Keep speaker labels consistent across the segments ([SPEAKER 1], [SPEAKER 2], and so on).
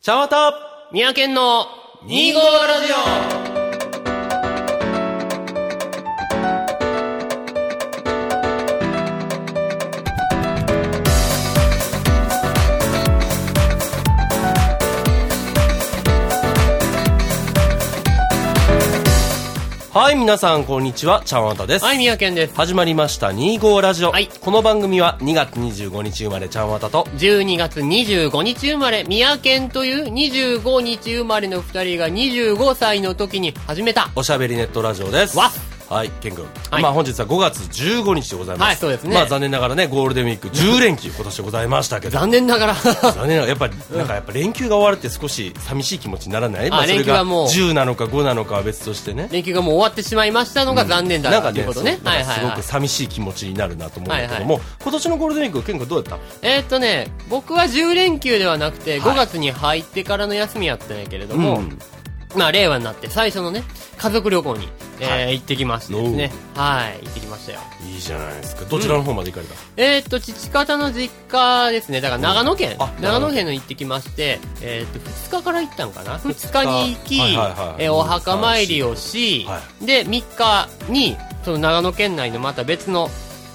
[SPEAKER 1] ちゃわた
[SPEAKER 2] 三宅県の
[SPEAKER 1] 2
[SPEAKER 2] 2
[SPEAKER 1] 号
[SPEAKER 2] 号
[SPEAKER 1] ラ
[SPEAKER 2] ラ
[SPEAKER 1] ジ
[SPEAKER 2] ジ
[SPEAKER 1] はい、皆さん、こんにちは。ちゃわたで
[SPEAKER 2] オ
[SPEAKER 1] す。
[SPEAKER 2] はい、三宅県です。
[SPEAKER 1] 始まりました、25ラジオ。
[SPEAKER 2] はい
[SPEAKER 1] この番組は、2月25日生まれ、ちゃわたと、
[SPEAKER 2] 12月25日生まれ、三宅県という25日生まれの二人が25歳の時に始めた。
[SPEAKER 1] おしゃべりネットラジオです。
[SPEAKER 2] わ
[SPEAKER 1] はい、ケン君。
[SPEAKER 2] はい
[SPEAKER 1] まあ、本日は5月15日でございます。
[SPEAKER 2] はいそうですね
[SPEAKER 1] まあ、残念ながらね、ゴールデンウィーク10連休、今年でございましたけど。
[SPEAKER 2] 残念ながら、
[SPEAKER 1] 残念ながら、やっぱ、なんか、やっぱ連休が終わるって少し寂しい気持ちにならないまあ、それ
[SPEAKER 2] 連休
[SPEAKER 1] が
[SPEAKER 2] はもう
[SPEAKER 1] 10なのか5なのかは別としてね。
[SPEAKER 2] 連休がもう終わってしまいましたのが残念だ
[SPEAKER 1] なんか
[SPEAKER 2] とい
[SPEAKER 1] ね
[SPEAKER 2] うことね。
[SPEAKER 1] そう
[SPEAKER 2] は
[SPEAKER 1] ないんか
[SPEAKER 2] は
[SPEAKER 1] す
[SPEAKER 2] い
[SPEAKER 1] ご
[SPEAKER 2] はい
[SPEAKER 1] く。寂しい気持ちになるなと思うんだけども、今年のゴールデンウィーク、健君どうやっ
[SPEAKER 2] えーっとね、僕は10連休ではなくて、
[SPEAKER 1] はい
[SPEAKER 2] 5月に入ってからの休みやったんやけれ
[SPEAKER 1] た
[SPEAKER 2] ども、まあ、令和になって最初のね、家族旅行に、えー
[SPEAKER 1] は
[SPEAKER 2] 行ってきましてですね。はい、行ってきましたよ。
[SPEAKER 1] いいじゃないですか。どちらの方まで行かれた、
[SPEAKER 2] えーっと、父方の実家ですね。だから長野県
[SPEAKER 1] うんあ。
[SPEAKER 2] 長野県の行ってきまして、えーっと、2日から行ったんかな ?2 日に行き、
[SPEAKER 1] はいはいはい
[SPEAKER 2] えーお墓参りをし、
[SPEAKER 1] は
[SPEAKER 2] で、3日に、その長野県内のまた別の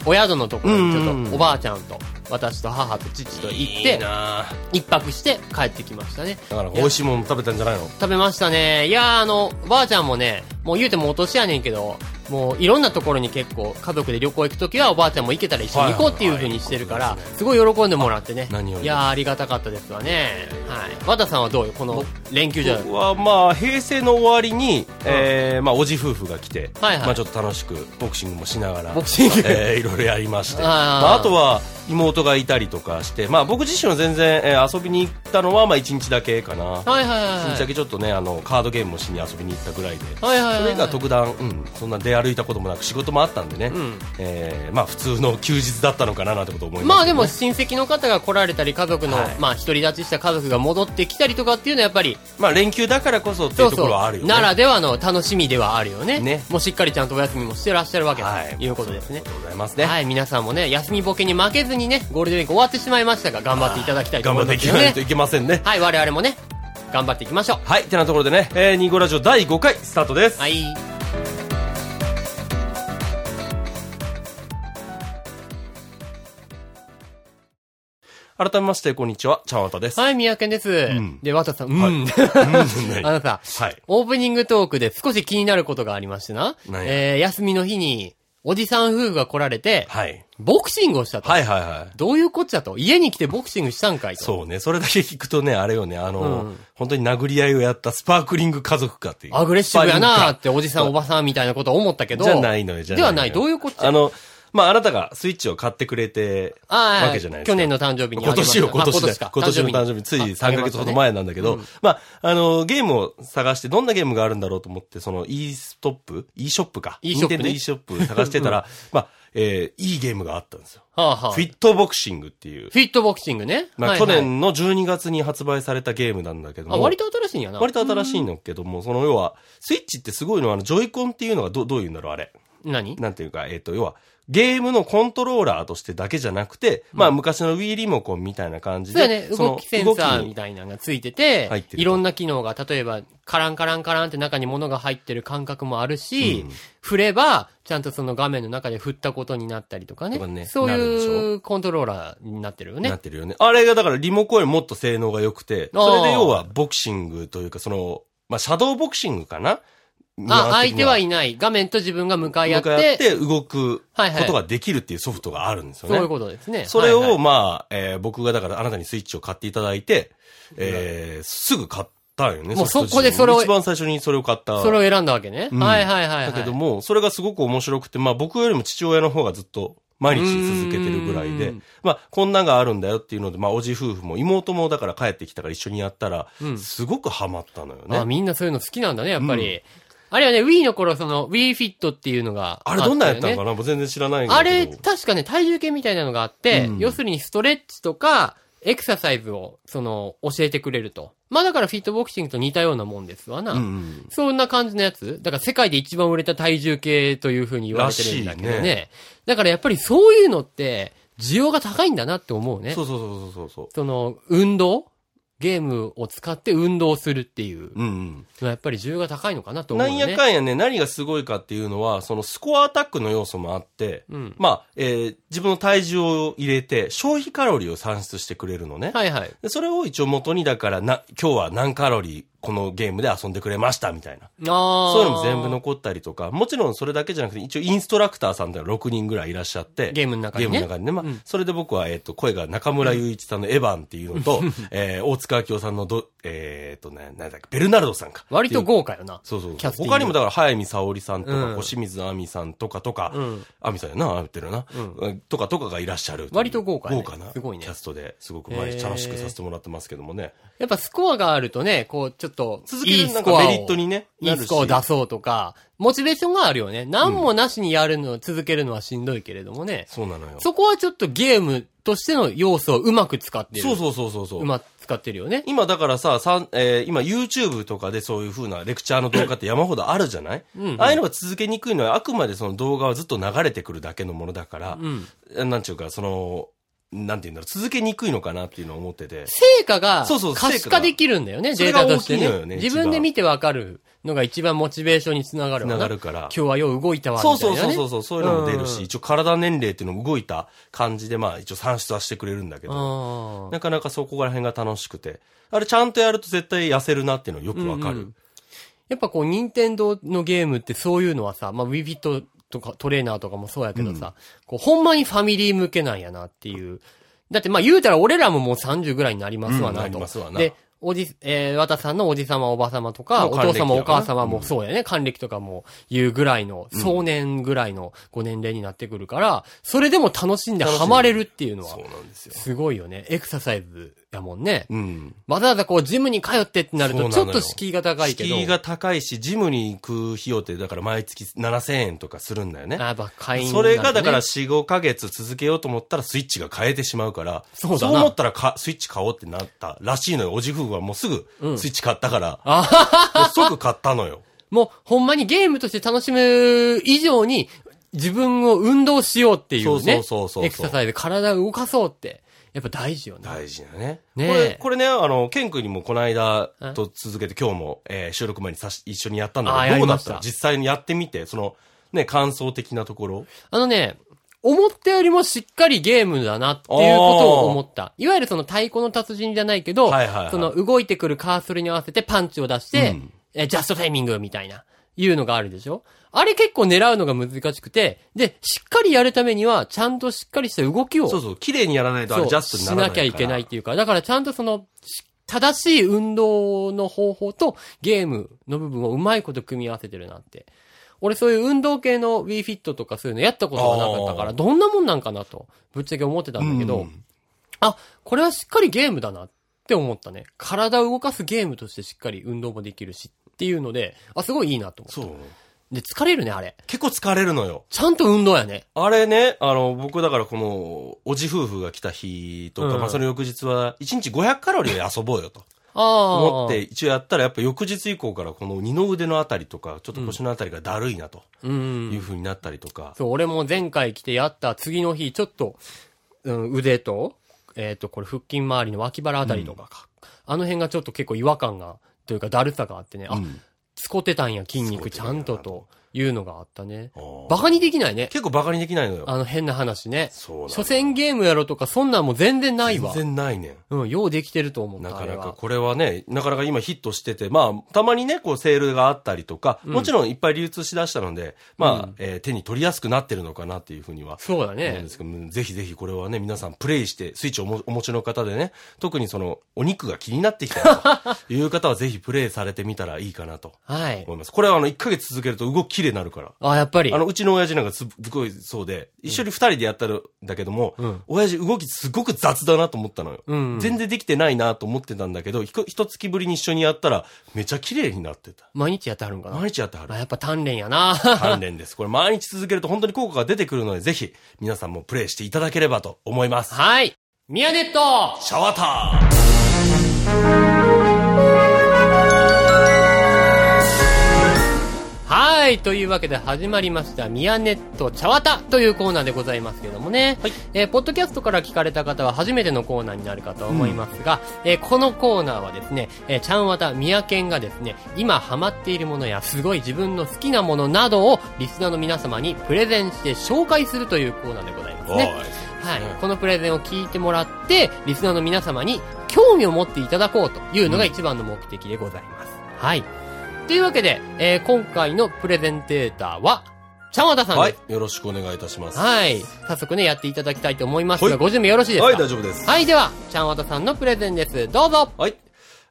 [SPEAKER 2] お宿のところに、ち
[SPEAKER 1] う
[SPEAKER 2] ょ
[SPEAKER 1] ん
[SPEAKER 2] っ
[SPEAKER 1] うん
[SPEAKER 2] とおばあちゃんと、私と母と父と行って、
[SPEAKER 1] なあ
[SPEAKER 2] 一泊して帰ってきましたね。
[SPEAKER 1] だから美味しいもの食べたんじゃないの
[SPEAKER 2] 食べましたね。いやー、あの、ばあちゃんもね、もう言うてもお年やねんけど、もういろんなところに結構家族で旅行行くときはおばあちゃんも行けたら一緒に行こうっていう風にしてるから、
[SPEAKER 1] はいはいはい
[SPEAKER 2] すごい喜んでもらってね。
[SPEAKER 1] 何より
[SPEAKER 2] いやー、ありがたかったですわね。はい。和田さんはどうよこの連休じゃ
[SPEAKER 1] 僕はまあ平成の終わりに、えーまあ、おじ夫婦が来て、
[SPEAKER 2] はいはい
[SPEAKER 1] まあ、ちょっと楽しくボクシングもしながら
[SPEAKER 2] ボクシング
[SPEAKER 1] えーいろいろやりまして
[SPEAKER 2] あー
[SPEAKER 1] まあ、あとは妹がいたりとかして、まあ、僕自身は全然、えー遊びに行ったのはまあ1日だけかな、
[SPEAKER 2] はいはいはい
[SPEAKER 1] 1日だけちょっとねあのカードゲームもしに遊びに行ったぐらいで、
[SPEAKER 2] はいはいはいはい
[SPEAKER 1] それが特段、うん、そんな出歩いたこともなく仕事もあったんでね、
[SPEAKER 2] ん
[SPEAKER 1] えーまあ、普通の休日だったのかななんてこと思います
[SPEAKER 2] まあ
[SPEAKER 1] け
[SPEAKER 2] で
[SPEAKER 1] どね
[SPEAKER 2] も親戚の方が来られたり家族の、
[SPEAKER 1] はい
[SPEAKER 2] まあ独り立ちした家族が戻ってきたりとかっていうのはやっぱり
[SPEAKER 1] まあ連休だからこそってい
[SPEAKER 2] そうう
[SPEAKER 1] とこ
[SPEAKER 2] そう、
[SPEAKER 1] ろはあるよね。
[SPEAKER 2] ならではの楽しみではあるよね
[SPEAKER 1] ね
[SPEAKER 2] もうしっかりちゃんとお休みもしてらっしゃるわけだ、
[SPEAKER 1] はい
[SPEAKER 2] ということですね
[SPEAKER 1] ございますね。
[SPEAKER 2] はい、皆さんもね、休みボケに負けずにね、ゴールデンウィーク終わってしまいましたが、頑張っていただきたいと
[SPEAKER 1] 頑
[SPEAKER 2] 思
[SPEAKER 1] 張
[SPEAKER 2] い
[SPEAKER 1] って
[SPEAKER 2] ます
[SPEAKER 1] い
[SPEAKER 2] よ
[SPEAKER 1] かないとい
[SPEAKER 2] ね。
[SPEAKER 1] けませんね。
[SPEAKER 2] はい、我々もね、頑張っていきましょ
[SPEAKER 1] はい、てなところでね、えー、ニゴラジオ第5回スタートです。
[SPEAKER 2] う。はい。
[SPEAKER 1] 改めまして、こんにちは、ちゃんわたです。
[SPEAKER 2] はい、三宅です。
[SPEAKER 1] ん
[SPEAKER 2] で、わたさん、うん。
[SPEAKER 1] はいうん
[SPEAKER 2] あのさ、
[SPEAKER 1] はい。
[SPEAKER 2] オープニングトークで少し気になることがありましてな。
[SPEAKER 1] 何や
[SPEAKER 2] えー、休みの日に、おじさん夫婦が来られて、
[SPEAKER 1] はい。
[SPEAKER 2] ボクシングをしたと。
[SPEAKER 1] はいはいはい。
[SPEAKER 2] どういうこっちゃと。家に来てボクシングしたんかいと。
[SPEAKER 1] そうね、それだけ聞くとね、あれよね、あの、
[SPEAKER 2] うん
[SPEAKER 1] 本当に殴り合いをやったスパークリング家族かっていう。
[SPEAKER 2] アグレッシブ
[SPEAKER 1] ス
[SPEAKER 2] や
[SPEAKER 1] パーリング
[SPEAKER 2] なー
[SPEAKER 1] か
[SPEAKER 2] って、おじさんおばさんみたいなことを思ったけど。
[SPEAKER 1] じゃないのよ、じゃないのよ。
[SPEAKER 2] ではない。どういうこっちゃ
[SPEAKER 1] あの、まあ、あなたがスイッチを買ってくれて、
[SPEAKER 2] ああ
[SPEAKER 1] わけじゃないですか。
[SPEAKER 2] 去年の誕生日に
[SPEAKER 1] 今年よ、
[SPEAKER 2] あ
[SPEAKER 1] 今年だよ
[SPEAKER 2] か
[SPEAKER 1] 今年の誕生日、
[SPEAKER 2] に
[SPEAKER 1] つい
[SPEAKER 2] あ
[SPEAKER 1] 3ヶ月ほど前なんだけど、
[SPEAKER 2] うん
[SPEAKER 1] まあ、あの、ゲームを探して、どんなゲームがあるんだろうと思って、その e ストップ ?e ショップか。
[SPEAKER 2] e ショップね
[SPEAKER 1] Nintendo e ショップ探してたら、 まあ、えーいいゲームがあったんですよ。
[SPEAKER 2] はあはあ、
[SPEAKER 1] フ
[SPEAKER 2] フ
[SPEAKER 1] ィットボクシングっていう、
[SPEAKER 2] ィットボクシングね。
[SPEAKER 1] まあ、
[SPEAKER 2] はいはい
[SPEAKER 1] 去、年の12月に発売されたゲームなんだけども、
[SPEAKER 2] あ、割と新しいんやな。
[SPEAKER 1] 割と新しいんだけども、その要は、スイッチってすごいのは、あの、ジョイコンっていうのがど、どういうんだろう、あれ。
[SPEAKER 2] 何
[SPEAKER 1] なんていうか、えっ、と、要は、ゲームのコントローラーとしてだけじゃなくて、まあ、昔の Wii リモコンみたいな感じ
[SPEAKER 2] そう
[SPEAKER 1] で、
[SPEAKER 2] やね。
[SPEAKER 1] その
[SPEAKER 2] 動きセンサ
[SPEAKER 1] 動
[SPEAKER 2] ー
[SPEAKER 1] きに
[SPEAKER 2] みたいなのがついてて
[SPEAKER 1] 入って、る
[SPEAKER 2] いろんな機能が、例えば、カランカランカランって中に物が入ってる感覚もあるし、振れば、ちゃんとその画面の中で振ったことになったりとかね。
[SPEAKER 1] とかね
[SPEAKER 2] そう
[SPEAKER 1] なるでし
[SPEAKER 2] いうコントローラーになってるよ
[SPEAKER 1] な
[SPEAKER 2] ね
[SPEAKER 1] っ。てるよね。あれがだからリモコンよりもっと性能が良くて、
[SPEAKER 2] あー
[SPEAKER 1] それで要はボクシングというか、その、まあ、シャドーボクシングかな
[SPEAKER 2] あ、相手はい
[SPEAKER 1] い。
[SPEAKER 2] ない。画面と自分が向かい合っ、
[SPEAKER 1] 向かい合ってて動くこ
[SPEAKER 2] はいはい
[SPEAKER 1] とができるっていうソフトがあるんですよ
[SPEAKER 2] そ
[SPEAKER 1] ね。
[SPEAKER 2] ういうことですね。
[SPEAKER 1] それ
[SPEAKER 2] はいは
[SPEAKER 1] を、
[SPEAKER 2] い、
[SPEAKER 1] まあ、えー僕がだからあなたにスイッチを買っていただいて、えーすぐ買ったよね。
[SPEAKER 2] もう
[SPEAKER 1] ソフト
[SPEAKER 2] そこでそれを
[SPEAKER 1] 一番最初にそれを買った。
[SPEAKER 2] それを選んだわけね。
[SPEAKER 1] うん
[SPEAKER 2] はいはいはい、はい。
[SPEAKER 1] だけども、それがすごく面白くて、まあ僕よりも父親の方がずっと毎日続けてるぐらいうで
[SPEAKER 2] ん、
[SPEAKER 1] まあこんなんがあるんだよっていうので、まあおじ夫婦も妹もだから帰ってきたから一緒にやったら、
[SPEAKER 2] うん
[SPEAKER 1] すごくハマったのよ
[SPEAKER 2] あ、
[SPEAKER 1] ね。
[SPEAKER 2] みんなそういうの好きなんだね、やっぱり。あれはね、Wii の頃、その、Wii Fit っていうのが
[SPEAKER 1] あれどんなんやっ
[SPEAKER 2] ったた
[SPEAKER 1] の
[SPEAKER 2] よね
[SPEAKER 1] かなもう全然知らないんだ
[SPEAKER 2] あ
[SPEAKER 1] け
[SPEAKER 2] れ、
[SPEAKER 1] ど。
[SPEAKER 2] 確かね、体重計みたいなのがあって、
[SPEAKER 1] うん
[SPEAKER 2] 要するにストレッチとか、エクササイズを、その、教えてくれると。まあだからフィットボクシングと似たようなもんですわな。
[SPEAKER 1] うんうん
[SPEAKER 2] そんな感じのやつだから世界で一番売れた体重計という風に言われてるんだけど
[SPEAKER 1] らし
[SPEAKER 2] ね。
[SPEAKER 1] いね
[SPEAKER 2] だからやっぱりそういうのって、需要が高いんだなって思うね。
[SPEAKER 1] そうそうそうそうそう。
[SPEAKER 2] その、運動ゲームを使って運動するっていう
[SPEAKER 1] うんうん。
[SPEAKER 2] のはやっぱり需要が高いのかなと思
[SPEAKER 1] な
[SPEAKER 2] うよ
[SPEAKER 1] ん
[SPEAKER 2] ね。
[SPEAKER 1] やかんやね、何がすごいかっていうのは、そのスコアアタックの要素もあって、
[SPEAKER 2] うん
[SPEAKER 1] まあ、えー自分の体重を入れて、消費カロリーを算出してくれるのね。
[SPEAKER 2] はいはい。
[SPEAKER 1] でそれを一応元に、だからな、今日は何カロリー、このゲームで遊んでくれました、みたいな。
[SPEAKER 2] ああ。
[SPEAKER 1] そういうのも全部残ったりとか、もちろんそれだけじゃなくて、一応インストラクターさんでは6人ぐらいいらっしゃって、
[SPEAKER 2] ゲームの中にね
[SPEAKER 1] ゲームの中にね。まあ、それで僕は、えっと、声が中村雄一さんのエヴァンっていうのと、えー大塚明夫さんのど、えーっとね、なんだっけ、ベルナルドさんか。
[SPEAKER 2] 割と
[SPEAKER 1] っていう
[SPEAKER 2] 豪華よな。
[SPEAKER 1] そうそう
[SPEAKER 2] キャスティング
[SPEAKER 1] 他にもだから、早見沙織さんとか、
[SPEAKER 2] うん
[SPEAKER 1] 小清水亜美さんとかとか、
[SPEAKER 2] うん
[SPEAKER 1] 亜美さんやな、合ってるな、うんとかとかがいらっしゃるいう。
[SPEAKER 2] 割と豪華やね
[SPEAKER 1] 豪華な。
[SPEAKER 2] すごいね
[SPEAKER 1] キャストで、すごく毎日楽しくさせてもらってますけどもね。
[SPEAKER 2] やっぱスコアがあるとね、こう、ちょっと、
[SPEAKER 1] 続け
[SPEAKER 2] いい
[SPEAKER 1] るな
[SPEAKER 2] ス
[SPEAKER 1] んか
[SPEAKER 2] コアを、
[SPEAKER 1] メリットにね、
[SPEAKER 2] い
[SPEAKER 1] ないる
[SPEAKER 2] ス
[SPEAKER 1] し。
[SPEAKER 2] コアを出そうとか、モチベーションがあるよね。何もなしにやるの、続けるのはしんどいけれどもね。
[SPEAKER 1] そうなのよ。
[SPEAKER 2] そこはちょっとゲームとしての要素をうまく使ってる。
[SPEAKER 1] そうそうそうそうそう。
[SPEAKER 2] うまく使ってるよね。
[SPEAKER 1] 今だからさ、さんえー今 YouTube とかでそういう風なレクチャーの動画って山ほどあるじゃないああいうのが続けにくいのはあくまでその動画はずっと流れてくるだけのものだから、えなんちゅうか、その、なんていうんだろう、続けにくいのかなっていうのを思ってて。
[SPEAKER 2] 成果が
[SPEAKER 1] そうそう
[SPEAKER 2] 可視化できるんだよね、
[SPEAKER 1] 成
[SPEAKER 2] デ
[SPEAKER 1] 果
[SPEAKER 2] ー
[SPEAKER 1] が
[SPEAKER 2] タとして
[SPEAKER 1] それが大きいのよね
[SPEAKER 2] ね。自分で見てわかるのが一番モチベーションにつながるわな。
[SPEAKER 1] つながるから
[SPEAKER 2] 今日はよう動いたわ、みた
[SPEAKER 1] そう
[SPEAKER 2] いな、
[SPEAKER 1] そう
[SPEAKER 2] ね。
[SPEAKER 1] そうそうそう、そういうのも出る
[SPEAKER 2] う
[SPEAKER 1] し、
[SPEAKER 2] ん
[SPEAKER 1] 一応体年齢っていうのも動いた感じで、まあ一応算出はしてくれるんだけど、
[SPEAKER 2] あー
[SPEAKER 1] なかなかそこら辺が楽しくて。あれちゃんとやると絶対痩せるなっていうのよくわかる。
[SPEAKER 2] やっぱこう、任天堂のゲームってそういうのはさ、まあ、ウィビットとかトレーナーとかもそうやけどさ、こう、ほんまにファミリー向けなんやなっていう。だってまあ言うたら俺らももう30ぐらいになりますわなと。
[SPEAKER 1] うんなりますわな
[SPEAKER 2] で、おじ、えー、わたさんのおじさまおばさまとか、
[SPEAKER 1] もう
[SPEAKER 2] お
[SPEAKER 1] 還暦
[SPEAKER 2] 父様
[SPEAKER 1] や
[SPEAKER 2] お
[SPEAKER 1] から
[SPEAKER 2] 母様もそうやね、還暦とかも言うぐらいの、壮年ぐらいのご年齢になってくるから、それでも楽しんで
[SPEAKER 1] 楽しんで
[SPEAKER 2] ハマれるっていうのは
[SPEAKER 1] そう、なんですよ。
[SPEAKER 2] すごいよね。エクササイズやもんね。
[SPEAKER 1] うん。
[SPEAKER 2] わざわざこう、ジムに通ってってなる
[SPEAKER 1] そ
[SPEAKER 2] と、
[SPEAKER 1] うな
[SPEAKER 2] ち
[SPEAKER 1] の
[SPEAKER 2] ょ
[SPEAKER 1] よ
[SPEAKER 2] っと敷居が高いけど。
[SPEAKER 1] 敷居が高いし、ジムに行く費用って、だから毎月7000円とかするんだよね。
[SPEAKER 2] あ、やっぱ会員、
[SPEAKER 1] それがだから、4、5ヶ月続けようと思ったらスイッチが変えてしまうから、
[SPEAKER 2] そうだな
[SPEAKER 1] 思ったらかスイッチ買おうってなったらしいのよ。おじ夫婦はもうすぐスイッチ買ったから、もう即買ったのよ。
[SPEAKER 2] もうほんまにゲームとして楽しむ以上に、自分を運動しようっていう
[SPEAKER 1] そ
[SPEAKER 2] ね。
[SPEAKER 1] うそうそうそう
[SPEAKER 2] エクササイズで体を動かそうって。やっぱ大事よね。
[SPEAKER 1] 大事だね。
[SPEAKER 2] ねえ
[SPEAKER 1] これ、これね、あの、ケン君にもこの間と続けて今日も、えー収録前にさし一緒にやったんだ
[SPEAKER 2] あ
[SPEAKER 1] け
[SPEAKER 2] や
[SPEAKER 1] ど、ど
[SPEAKER 2] り
[SPEAKER 1] うだ
[SPEAKER 2] ま
[SPEAKER 1] っ
[SPEAKER 2] した
[SPEAKER 1] た実際にやってみて、その、ね、感想的なところ。
[SPEAKER 2] あのね、思ったよりもしっかりゲームだなっていうことを思った。いわゆるその太鼓の達人じゃないけど、
[SPEAKER 1] はいはいはい
[SPEAKER 2] その動いてくるカーソルに合わせてパンチを出して、えジャストタイミングみたいな、いうのがあるでしょあれ結構狙うのが難しくて、で、しっかりやるためには、ちゃんとしっかりした動きを、
[SPEAKER 1] そうそう、綺麗にやらないとあ
[SPEAKER 2] そ
[SPEAKER 1] れ
[SPEAKER 2] う
[SPEAKER 1] ジャストにならない
[SPEAKER 2] しな
[SPEAKER 1] から。
[SPEAKER 2] きゃいけないっていうか、だからちゃんとその、し正しい運動の方法とゲームの部分をうまいこと組み合わせてるなって。俺そういう運動系の WeFit とかそういうのやったことがなかったか
[SPEAKER 1] あ
[SPEAKER 2] ら、
[SPEAKER 1] ー
[SPEAKER 2] どんなもんなんかなと、ぶっちゃけ思ってたんだけど、
[SPEAKER 1] うん
[SPEAKER 2] あ、これはしっかりゲームだなって思ったね。体を動かすゲームとしてしっかり運動もできるしっていうので、あ、すごいいいなと思った。
[SPEAKER 1] そう。
[SPEAKER 2] で、疲れるね、あれ。
[SPEAKER 1] 結構疲れるのよ。
[SPEAKER 2] ちゃんと運動やね。
[SPEAKER 1] あれね、あの、僕だからこの、おじ夫婦が来た日とか、
[SPEAKER 2] うん
[SPEAKER 1] まあその翌日は、1日500カロリーで遊ぼうよと
[SPEAKER 2] ああ。
[SPEAKER 1] 思って、一応やったら、やっぱ翌日以降からこの二の腕のあたりとか、ちょっと腰のあたりがだるいなと
[SPEAKER 2] うん。
[SPEAKER 1] いう風になったりとか、
[SPEAKER 2] そう、俺も前回来てやった次の日、ちょっと、うん、腕と、えっ、と、これ腹筋周りの脇腹あたりとかか、あの辺がちょっと結構違和感が、というかだるさがあってね、あ、つこてたんや筋肉ちゃんとというのがあったね
[SPEAKER 1] あ。ー
[SPEAKER 2] バカにできないね。
[SPEAKER 1] 結構バカにできないのよ。
[SPEAKER 2] あの変な話ね。
[SPEAKER 1] そうなの
[SPEAKER 2] 所詮ゲームやろとか、そんなんもう全然ない
[SPEAKER 1] 全
[SPEAKER 2] わ。
[SPEAKER 1] 然ないねん。
[SPEAKER 2] うん、ようできてると思った。
[SPEAKER 1] なかな
[SPEAKER 2] あれ
[SPEAKER 1] か
[SPEAKER 2] は
[SPEAKER 1] これはね、なかなか今ヒットしてて、まあ、たまにね、こうセールがあったりとか、もちろんいっぱい流通しだしたので、まあ、えー手に取りやすくなってるのかなっていうふうには
[SPEAKER 2] そうだ
[SPEAKER 1] 思うん
[SPEAKER 2] ね
[SPEAKER 1] で。すけど、ぜひぜひこれはね、皆さんプレイして、スイッチをおもお持ちの方でね、特にその、お肉が気になってきたな という方はぜひプレイされてみたらいいかなと
[SPEAKER 2] はい。
[SPEAKER 1] 思います。これはあの、1ヶ月続けると動き綺麗になるから。
[SPEAKER 2] あ、やっぱり。
[SPEAKER 1] あの、うちの親父なんかすすごいそうで、一緒に二人でやったんだけども、親父動きすごく雑だなと思ったのよ。
[SPEAKER 2] うん
[SPEAKER 1] 全然できてないなと思ってたんだけど、ひこ一月ぶりに一緒にやったら、めちゃ綺麗になってた。
[SPEAKER 2] 毎日やってはるんかな。
[SPEAKER 1] 毎日やってはる
[SPEAKER 2] あ、。やっぱ鍛錬やな。
[SPEAKER 1] 関連です。これ毎日続けると本当に効果が出てくるので、ぜひ皆さんもプレイしていただければと思います。
[SPEAKER 2] はい。ミヤネット
[SPEAKER 1] シャワター
[SPEAKER 2] はい、はい、というわけで始まりました、ミヤネット茶綿というコーナーでございますけどもね。
[SPEAKER 1] はい
[SPEAKER 2] えーポッドキャストから聞かれた方は初めてのコーナーになるかと思いますが、えーこのコーナーはですね、えー、ちゃんわた、みやけんがですね、今ハマっているものやすごい自分の好きなものなどをリスナーの皆様にプレゼンして紹介するというコーナーでございます
[SPEAKER 1] お
[SPEAKER 2] ね。はい。このプレゼンを聞いてもらって、リスナーの皆様に興味を持っていただこうというのが一番の目的でございます。はい。というわけで、えー今回のプレゼンテーターは、ちゃんわたさんです。
[SPEAKER 1] はい。よろしくお願いいたします。は
[SPEAKER 2] はい。早速ね、やっていただきたいと思います
[SPEAKER 1] は
[SPEAKER 2] が、
[SPEAKER 1] い
[SPEAKER 2] ご準備よろしい
[SPEAKER 1] い、
[SPEAKER 2] ですか
[SPEAKER 1] 大丈夫です。
[SPEAKER 2] はい、では、ちゃんわたさんのプレゼンです。どうぞ
[SPEAKER 1] はい。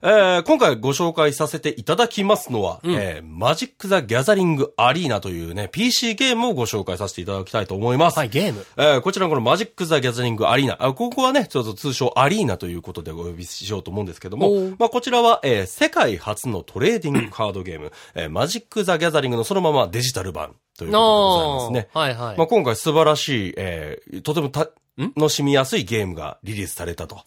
[SPEAKER 1] えー今回ご紹介させていただきますのは、えーマジック・ザ・ギャザリング・アリーナというね、PC ゲームをご紹介させていただきたいと思います。
[SPEAKER 2] はい、ゲーム。
[SPEAKER 1] えーこちらのこのマジック・ザ・ギャザリング・アリーナ。あここはね、ちょっと通称アリーナということでお呼びしようと思うんですけど
[SPEAKER 2] お
[SPEAKER 1] も
[SPEAKER 2] う、
[SPEAKER 1] まあ、こちらは、えー世界初のトレーディングカードゲーム、えーマジック・ザ・ギャザリングのそのままデジタル版ということでございますね。
[SPEAKER 2] あーはいはい。
[SPEAKER 1] まあ、今回素晴らしい、えーとてもた楽しみやすいゲームがリリースされたと。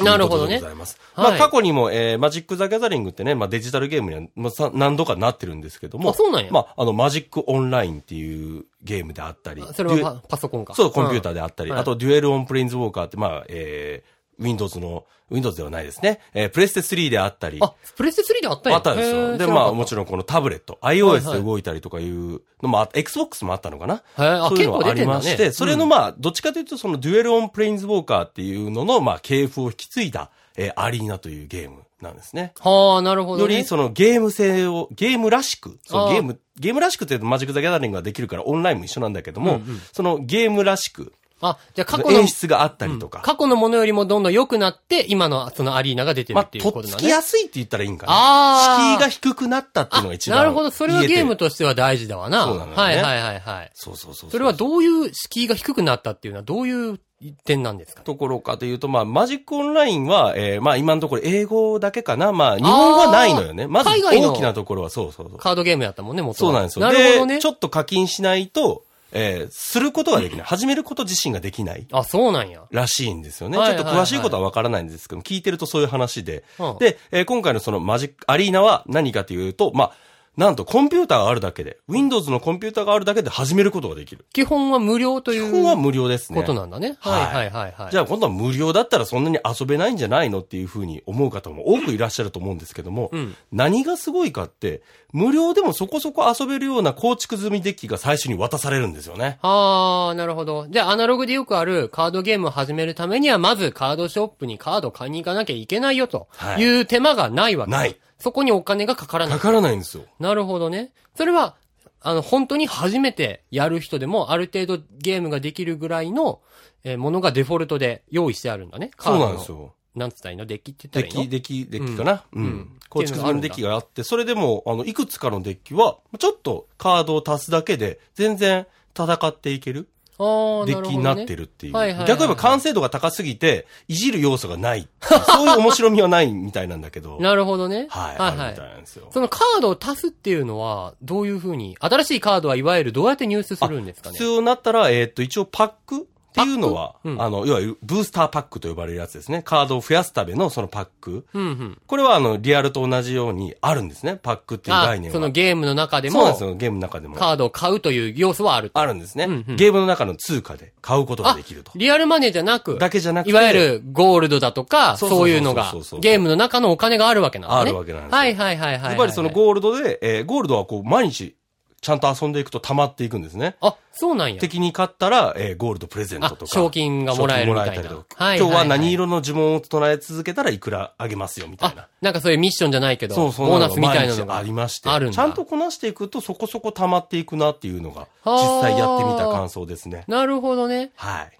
[SPEAKER 2] なるほど
[SPEAKER 1] い
[SPEAKER 2] ね
[SPEAKER 1] うことでございます。
[SPEAKER 2] はい
[SPEAKER 1] まあ、過去にも、えーマジック・ザ・ギャザリングってね、まあ、デジタルゲームには、まあさ、何度かなってるんですけども。
[SPEAKER 2] あそうなんや
[SPEAKER 1] まあ、あの、マジック・オンラインっていうゲームであったり。
[SPEAKER 2] それ
[SPEAKER 1] デュエ
[SPEAKER 2] はパパソコンか。
[SPEAKER 1] そう、コンピュータ
[SPEAKER 2] ー。
[SPEAKER 1] ーであったり、
[SPEAKER 2] はい
[SPEAKER 1] あと、デュエル・オン・プレインズ・ウォーカーって、まあ、えー、Windows の、Windows ではないですね。えー、プレステ3であったり。
[SPEAKER 2] あ、プレステ3であったんや
[SPEAKER 1] あったんですよ。で、まあもちろんこのタブレット、iOS
[SPEAKER 2] はい
[SPEAKER 1] で動いたりとかいうのもあ、Xbox もあったのかな
[SPEAKER 2] へーあ
[SPEAKER 1] そういうのはあ
[SPEAKER 2] 結構出て
[SPEAKER 1] り
[SPEAKER 2] んだね
[SPEAKER 1] まして、それのまあ、どっちかというとそのデュエルオンプレインズウォーカーっていうののまあ、系譜を引き継いだ、えーアリーナというゲームなんですね。
[SPEAKER 2] ろん。はあ、なるほど、
[SPEAKER 1] よ
[SPEAKER 2] ね。
[SPEAKER 1] りそのゲーム性を、ゲームらしく、そ
[SPEAKER 2] あ
[SPEAKER 1] う
[SPEAKER 2] ー
[SPEAKER 1] ゲーム、ゲームらしくって言うとマジック・ザ・ギャザリングができるからオンラインも一緒なんだけども、そのゲームらしく、
[SPEAKER 2] あ、じゃあ過去の
[SPEAKER 1] 演、出があったりとか、
[SPEAKER 2] 過去のものよりもどんどん良くなって、今のそのアリーナが出てる
[SPEAKER 1] まあ、
[SPEAKER 2] っていう
[SPEAKER 1] と
[SPEAKER 2] こ
[SPEAKER 1] っ
[SPEAKER 2] と
[SPEAKER 1] つ
[SPEAKER 2] だ
[SPEAKER 1] き
[SPEAKER 2] ね。
[SPEAKER 1] やすいって言ったらいいんかな。
[SPEAKER 2] あー
[SPEAKER 1] 敷居が低くなったっていうのが一番。
[SPEAKER 2] なるほど。それはゲームとしては大事だわな。
[SPEAKER 1] そうなのよね
[SPEAKER 2] はいはいはいはい。
[SPEAKER 1] そうそうそうう。
[SPEAKER 2] それはどういう敷居が低くなったっていうのはどういう点なんですか
[SPEAKER 1] ところかというと、まあ、マジックオンラインは、えーまあ、今のところ英語だけかな。まあ、日本語はないのよね。まず
[SPEAKER 2] 海外の
[SPEAKER 1] 大きなところは、そうそうそう。
[SPEAKER 2] カードゲームやったもんね、元
[SPEAKER 1] そうな
[SPEAKER 2] は
[SPEAKER 1] んですよ。
[SPEAKER 2] なるほど
[SPEAKER 1] で
[SPEAKER 2] ね
[SPEAKER 1] ち。ょっと課金しないと、えーすることが できない。始めること自身ができない。
[SPEAKER 2] あ、そうなんや。
[SPEAKER 1] らしいんですよね。
[SPEAKER 2] はいはい
[SPEAKER 1] ちょっと詳しいことはわからないんですけど、聞いてるとそういう話で。
[SPEAKER 2] うん
[SPEAKER 1] で、えー今回のそのマジック、アリーナは何かというと、まあ、なんとコンピューターがあるだけで、Windows のコンピューターがあるだけで始めることができる。
[SPEAKER 2] 基本は無料とい
[SPEAKER 1] 基
[SPEAKER 2] う。
[SPEAKER 1] 本は無料ですね。
[SPEAKER 2] ことなんだね。
[SPEAKER 1] は
[SPEAKER 2] はいいはいはいはい。
[SPEAKER 1] じゃあ今度は無料だったらそんなに遊べないんじゃないのっていうふうに思う方も多くいらっしゃると思うんですけども、
[SPEAKER 2] ん
[SPEAKER 1] 何がすごいかって、無料でもそこそこ遊べるような構築済みデッキが最初に渡されるんですよね。
[SPEAKER 2] あー、なるほど。じゃあ、アナログでよくあるカードゲームを始めるためには、まずカードショップにカード買いに行かなきゃいけないよと
[SPEAKER 1] はい
[SPEAKER 2] いう手間がないわけ。
[SPEAKER 1] ない。
[SPEAKER 2] そこにお金がかからな
[SPEAKER 1] か
[SPEAKER 2] い。
[SPEAKER 1] からないんですよ。
[SPEAKER 2] なるほどね。それは、あの、本当に初めてやる人でも、ある程度ゲームができるぐらいの、えーものがデフォルトで用意してあるんだね。カー
[SPEAKER 1] そう
[SPEAKER 2] ドの
[SPEAKER 1] なんです。よ。
[SPEAKER 2] なんつったらいいのデッキって言
[SPEAKER 1] デッ
[SPEAKER 2] ったらい
[SPEAKER 1] キ、
[SPEAKER 2] いの
[SPEAKER 1] デッキ、デッキかな。うん。
[SPEAKER 2] うん
[SPEAKER 1] 構築済みのデッキがあって、それでも、あの、いくつかのデッキは、ちょっとカードを足すだけで、全然戦っていける
[SPEAKER 2] あー
[SPEAKER 1] デッキになってる
[SPEAKER 2] る
[SPEAKER 1] っていう。
[SPEAKER 2] はいはいはい
[SPEAKER 1] 逆に言えば完成度が高すぎて、いじる要素がないっていう。そういう面白みはないみたいなんだけ ど
[SPEAKER 2] ほどね。。なるほどね。
[SPEAKER 1] はい。
[SPEAKER 2] はい
[SPEAKER 1] あ
[SPEAKER 2] は
[SPEAKER 1] る
[SPEAKER 2] い
[SPEAKER 1] みたいなんですよ。
[SPEAKER 2] そのカードを足すっていうのは、どういうふうに、新しいカードはいわゆるどうやって入手するんですかね
[SPEAKER 1] 必要になったら、えーっと、一応パックっていうのは、
[SPEAKER 2] パックうん
[SPEAKER 1] あの、いわゆるブースターパックと呼ばれるやつですね。カードを増やすためのそのパック。
[SPEAKER 2] うんうん。
[SPEAKER 1] これはあの、リアルと同じようにあるんですね。パックっていう
[SPEAKER 2] あ
[SPEAKER 1] 概、念は。
[SPEAKER 2] そのゲームの中で
[SPEAKER 1] そうなん
[SPEAKER 2] も
[SPEAKER 1] です、よ。ゲームの中でも。
[SPEAKER 2] カードを買うという要素はあると。
[SPEAKER 1] あるんですね、
[SPEAKER 2] うんうん
[SPEAKER 1] ゲームの中の通貨で買うことができると。
[SPEAKER 2] リアルマネーじゃなく、
[SPEAKER 1] だけじゃなくて
[SPEAKER 2] いわゆるゴールドだとか、
[SPEAKER 1] そうそうそう
[SPEAKER 2] そういうの
[SPEAKER 1] そ
[SPEAKER 2] が
[SPEAKER 1] うそうそう、
[SPEAKER 2] ゲームの中のお金があるわけなんですね。
[SPEAKER 1] あるわけなんですよ
[SPEAKER 2] はいはいはいはいはい。
[SPEAKER 1] やっぱりそのゴールドで、えーゴールドはこう、毎日、ちゃんと遊んでいくと溜まっていくんですね。
[SPEAKER 2] あ、そうなんや。
[SPEAKER 1] 敵に勝ったら、えーゴールドプレゼント
[SPEAKER 2] あ
[SPEAKER 1] と、か。
[SPEAKER 2] 賞金がもらえるみたいな。
[SPEAKER 1] 賞金もらえたりとか今日は何
[SPEAKER 2] 色
[SPEAKER 1] 色の呪文を唱え続けたらいくらあげますよ、みたいな
[SPEAKER 2] あ。、なんかそういうミッションじゃないけど、
[SPEAKER 1] そうそう。
[SPEAKER 2] ボーナスみたいな
[SPEAKER 1] 毎日
[SPEAKER 2] のが。
[SPEAKER 1] ありまして。
[SPEAKER 2] あるんだ
[SPEAKER 1] ちゃんとこなしていくとそこそこ溜まっていくなっていうのが、実際やってみた感想ですね。
[SPEAKER 2] なるほどね。
[SPEAKER 1] はい。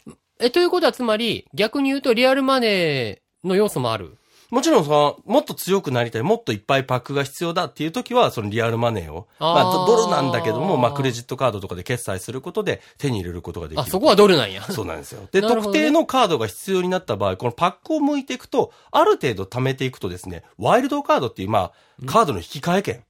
[SPEAKER 2] え、ということはつまり、逆に言うとリアルマネーの要素もある。
[SPEAKER 1] もちろんその、もっと強くなりたい、もっといっぱいパックが必要だっていう時は、そのリアルマネーを、
[SPEAKER 2] あー
[SPEAKER 1] まあ、ドドルなんだけども、まあ、クレジットカードとかで決済することで手に入れることができる。
[SPEAKER 2] あ、そこはドルなん や。
[SPEAKER 1] そうなんです よ。で、
[SPEAKER 2] なるほどね
[SPEAKER 1] 特定のカードが必要になった場合、このパックを剥いていくと、ある程度貯めていくとですね、ワイルドカードっていう、まあ、カードの引き換え券。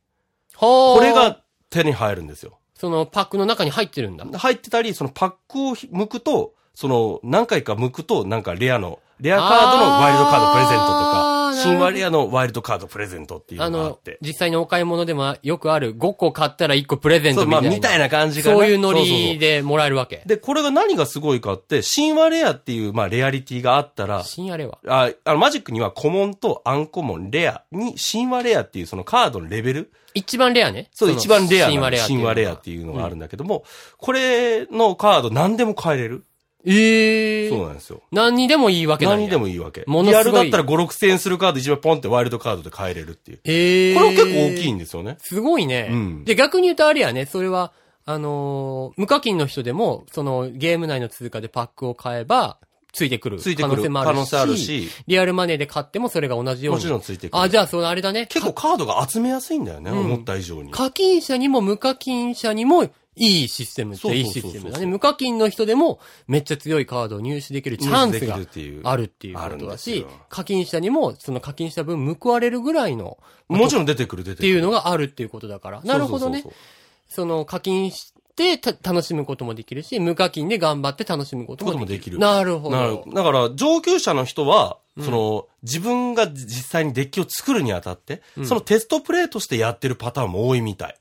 [SPEAKER 2] こ
[SPEAKER 1] これ、が手に入るんですよ。
[SPEAKER 2] そのパックの中に入ってるんだ。
[SPEAKER 1] 入ってたり、そのパックをひ剥くと、その、何回か剥くと、なんかレアの、レアカードのワイルドカードプレゼントと
[SPEAKER 2] あーな
[SPEAKER 1] 新割屋のワイルドカードプレゼントっていう
[SPEAKER 2] あ
[SPEAKER 1] のがあっ
[SPEAKER 2] の
[SPEAKER 1] て、。
[SPEAKER 2] 実際のお買い物でもよくある5個買ったら1個プレゼン
[SPEAKER 1] そ
[SPEAKER 2] ト
[SPEAKER 1] う、
[SPEAKER 2] みた
[SPEAKER 1] ま
[SPEAKER 2] い
[SPEAKER 1] あ、
[SPEAKER 2] な。
[SPEAKER 1] みたいな感じがね
[SPEAKER 2] そういうノ
[SPEAKER 1] そそそ
[SPEAKER 2] リでもらえるわけ。
[SPEAKER 1] で、これが何がすごいかって、神話レアっていう、まあ、レアリティがあったら、
[SPEAKER 2] 新あれは。
[SPEAKER 1] ああの、マジックにはコモンとアンコモン、レアに、神話レアっていうそのカードのレベル、
[SPEAKER 2] 一番レアね。
[SPEAKER 1] そう、
[SPEAKER 2] の
[SPEAKER 1] 一番レア
[SPEAKER 2] 新
[SPEAKER 1] な
[SPEAKER 2] 話レアってい
[SPEAKER 1] 神
[SPEAKER 2] うのが。
[SPEAKER 1] 話レアっていうのがあるんだけども、これのカード何でも買えれる。
[SPEAKER 2] ええ
[SPEAKER 1] そうなんですよ。
[SPEAKER 2] 何にでもいいわけなんや
[SPEAKER 1] 何にでもいいわけ。
[SPEAKER 2] ものす
[SPEAKER 1] リ
[SPEAKER 2] ごい
[SPEAKER 1] アルだったら5、6千円するカード一番ポンってワイルドカードで買えれるっていう。
[SPEAKER 2] ええ
[SPEAKER 1] これは結構大きいんですよね。
[SPEAKER 2] すごいね。
[SPEAKER 1] うん
[SPEAKER 2] で、逆に言うとあれやね、それは、あのー無課金の人でも、その、ゲーム内の通貨でパックを買えば、ついてくる
[SPEAKER 1] ついて
[SPEAKER 2] 可
[SPEAKER 1] く
[SPEAKER 2] 能
[SPEAKER 1] る
[SPEAKER 2] 性もあるし。
[SPEAKER 1] 可能性あるし、
[SPEAKER 2] リアルマネーで買ってもそれが同じよう
[SPEAKER 1] も
[SPEAKER 2] に。
[SPEAKER 1] ちろんついてくる。
[SPEAKER 2] あ、じゃあ、そのあれだね。
[SPEAKER 1] 結構カードが集めやすいんだよね、思った以上に。
[SPEAKER 2] 課金者にも無課金者にもいいシステムっ
[SPEAKER 1] そう
[SPEAKER 2] て
[SPEAKER 1] そう
[SPEAKER 2] い
[SPEAKER 1] そ
[SPEAKER 2] い
[SPEAKER 1] うそう
[SPEAKER 2] システムだね。無課金の人でもめっちゃ強いカードを入手できるチャン
[SPEAKER 1] 入
[SPEAKER 2] スが
[SPEAKER 1] 手できるっていう
[SPEAKER 2] あるっていうこと
[SPEAKER 1] あるんで
[SPEAKER 2] だ
[SPEAKER 1] す
[SPEAKER 2] し
[SPEAKER 1] よ、
[SPEAKER 2] 課金者にもその課金した分報われるぐらいの
[SPEAKER 1] もちろん出てくる、出て
[SPEAKER 2] っ
[SPEAKER 1] く
[SPEAKER 2] て
[SPEAKER 1] る。
[SPEAKER 2] いうのがあるっていうことだから。なるほどね
[SPEAKER 1] そう。そう
[SPEAKER 2] その課金してた楽しむこともできるし、無課金で頑張って楽しむこと
[SPEAKER 1] こ
[SPEAKER 2] もできる。
[SPEAKER 1] ともできる
[SPEAKER 2] なる
[SPEAKER 1] そ
[SPEAKER 2] ほ
[SPEAKER 1] うなる
[SPEAKER 2] ど。
[SPEAKER 1] だから、上級者の人は、その、自分が実際にデッキを作るにあたって、そのテストプレイとしてやってるパターンも多いみたい。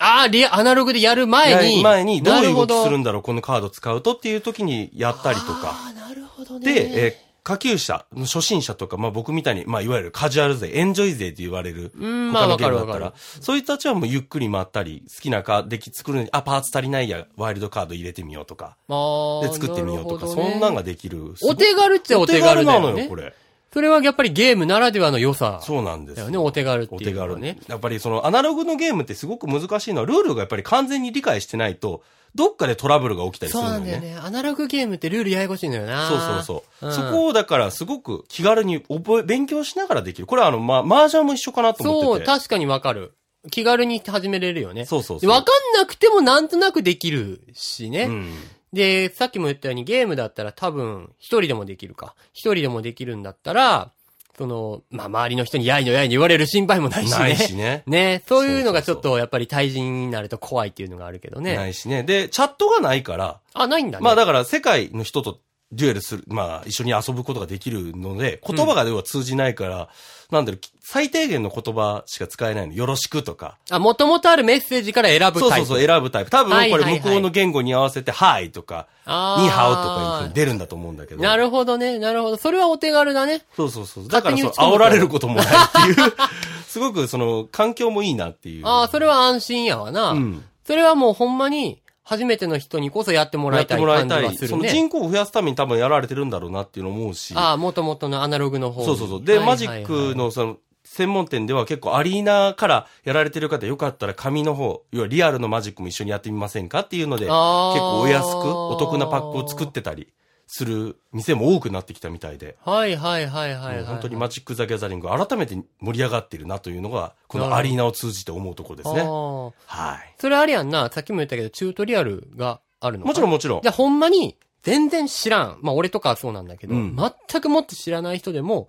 [SPEAKER 2] ああ、リア、アナログでやる前に。
[SPEAKER 1] 前に、どう
[SPEAKER 2] な
[SPEAKER 1] いう
[SPEAKER 2] るほ
[SPEAKER 1] 動きする
[SPEAKER 2] ど
[SPEAKER 1] んだろう、このカード使うとっていう時にやったりとか。
[SPEAKER 2] ああ、なるほどね。
[SPEAKER 1] で、えー下級者、初心者とか、まあ僕みたいに、まあいわゆるカジュアル勢、エンジョイ勢と言われる。
[SPEAKER 2] んまあ
[SPEAKER 1] 他のゲームだった。
[SPEAKER 2] わかるわから
[SPEAKER 1] そういう人たちはもうゆっくり回ったり、好きなカード、デッキ作るのに、あ、パーツ足りないや、ワイルドカード入れてみようとか、
[SPEAKER 2] まあ、
[SPEAKER 1] で作ってみようとか、
[SPEAKER 2] るほどね
[SPEAKER 1] そんなんができる。
[SPEAKER 2] お手軽っちゃお手軽
[SPEAKER 1] な
[SPEAKER 2] だよね。
[SPEAKER 1] のよ、これ。
[SPEAKER 2] それはやっぱりゲームならではの良さ
[SPEAKER 1] そうなんです
[SPEAKER 2] だよね、お手軽って
[SPEAKER 1] お
[SPEAKER 2] い
[SPEAKER 1] 手
[SPEAKER 2] うのは
[SPEAKER 1] 軽
[SPEAKER 2] ね
[SPEAKER 1] ね。。やっぱりそのアナログのゲームってすごく難しいのは、ルールがやっぱり完全に理解してないと、どっかでトラブルが起きたりす
[SPEAKER 2] そ
[SPEAKER 1] る
[SPEAKER 2] うな
[SPEAKER 1] の
[SPEAKER 2] んだよ
[SPEAKER 1] ね。
[SPEAKER 2] ね。アナログゲームってルールややこしいのよな。
[SPEAKER 1] そうそうそう。
[SPEAKER 2] ん
[SPEAKER 1] そこをだからすごく気軽に覚え、勉強しながらできる。これはあの、まあ、麻雀も一緒かなと思
[SPEAKER 2] そ
[SPEAKER 1] って
[SPEAKER 2] う、
[SPEAKER 1] て。
[SPEAKER 2] 確かにわかる。気軽に始めれるよね。
[SPEAKER 1] そうそうそう
[SPEAKER 2] でわかんなくてもなんとなくできるしね。
[SPEAKER 1] うん。
[SPEAKER 2] で、さっきも言ったようにゲームだったら多分一人でもできるか。一人でもできるんだったら、その、まあ、周りの人にやいのやいの言われる心配もないしね。
[SPEAKER 1] ないしね。
[SPEAKER 2] ね。そういうのがち
[SPEAKER 1] そう
[SPEAKER 2] ょ
[SPEAKER 1] そ
[SPEAKER 2] っ
[SPEAKER 1] うそ
[SPEAKER 2] とやっぱり対人になると怖いっていうのがあるけどね。
[SPEAKER 1] ないしね。で、チャットがないから、
[SPEAKER 2] あ、ないんだね。
[SPEAKER 1] まあだから世界の人とデュエルする、まあ一緒に遊ぶことができるので、言葉が要は通じないから、なんだろう、最低限の言葉しか使えないの。よろしくとか。
[SPEAKER 2] あ、もともとあるメッセージから選ぶタイプ。
[SPEAKER 1] そうそうそう、選ぶタイプ。多
[SPEAKER 2] はい
[SPEAKER 1] 分こ
[SPEAKER 2] はいは
[SPEAKER 1] れ
[SPEAKER 2] い
[SPEAKER 1] 向こうの言語に合わせて、はいとか、
[SPEAKER 2] あー
[SPEAKER 1] ニーハオとかいう風に出るんだと思うんだけど。
[SPEAKER 2] なるほどね、なるほど。それはお手軽だね。
[SPEAKER 1] そうそうそう。だからそう、
[SPEAKER 2] 勝手に打ち込むと
[SPEAKER 1] 煽られることもないっていう、 すごくその、環境もいいなっていう。
[SPEAKER 2] ああ、それは安心やわな。
[SPEAKER 1] ん
[SPEAKER 2] それはもうほんまに、初めての人にこそやってもら
[SPEAKER 1] やっ
[SPEAKER 2] いた
[SPEAKER 1] て
[SPEAKER 2] い
[SPEAKER 1] もらい
[SPEAKER 2] 感じ
[SPEAKER 1] た。
[SPEAKER 2] はいす
[SPEAKER 1] そ
[SPEAKER 2] る
[SPEAKER 1] の
[SPEAKER 2] ね。
[SPEAKER 1] 人口を増やすために多分やられてるんだろうなっていうのも思うし。
[SPEAKER 2] ああ、もともとのアナログの方に
[SPEAKER 1] そうそうそう。で、
[SPEAKER 2] はいはい
[SPEAKER 1] マ
[SPEAKER 2] は
[SPEAKER 1] ジ
[SPEAKER 2] い
[SPEAKER 1] ックのその、専門店では結構アリーナからやられてる方よかったら紙の方、要はリアルのマジックも一緒にやってみませんかっていうので、結
[SPEAKER 2] あー
[SPEAKER 1] 構お安く、お得なパックを作ってたりする店も多くなってきたみたいで、
[SPEAKER 2] はいはいはいはい、はい。
[SPEAKER 1] 本当にマジック・ザ・ギャザリング改めて盛り上がってるなというのが、こ
[SPEAKER 2] な
[SPEAKER 1] の
[SPEAKER 2] るほど
[SPEAKER 1] アリーナを通じて思うところですね。
[SPEAKER 2] あ
[SPEAKER 1] は
[SPEAKER 2] あ
[SPEAKER 1] い。
[SPEAKER 2] それあれやんな、さっきも言ったけど、チュートリアルがあるのか
[SPEAKER 1] もちろんもちろん
[SPEAKER 2] じ。ゃあほんまに、全然知らん。まあ俺とかはそうなんだけど、
[SPEAKER 1] うん
[SPEAKER 2] 全くもっと知らない人でも、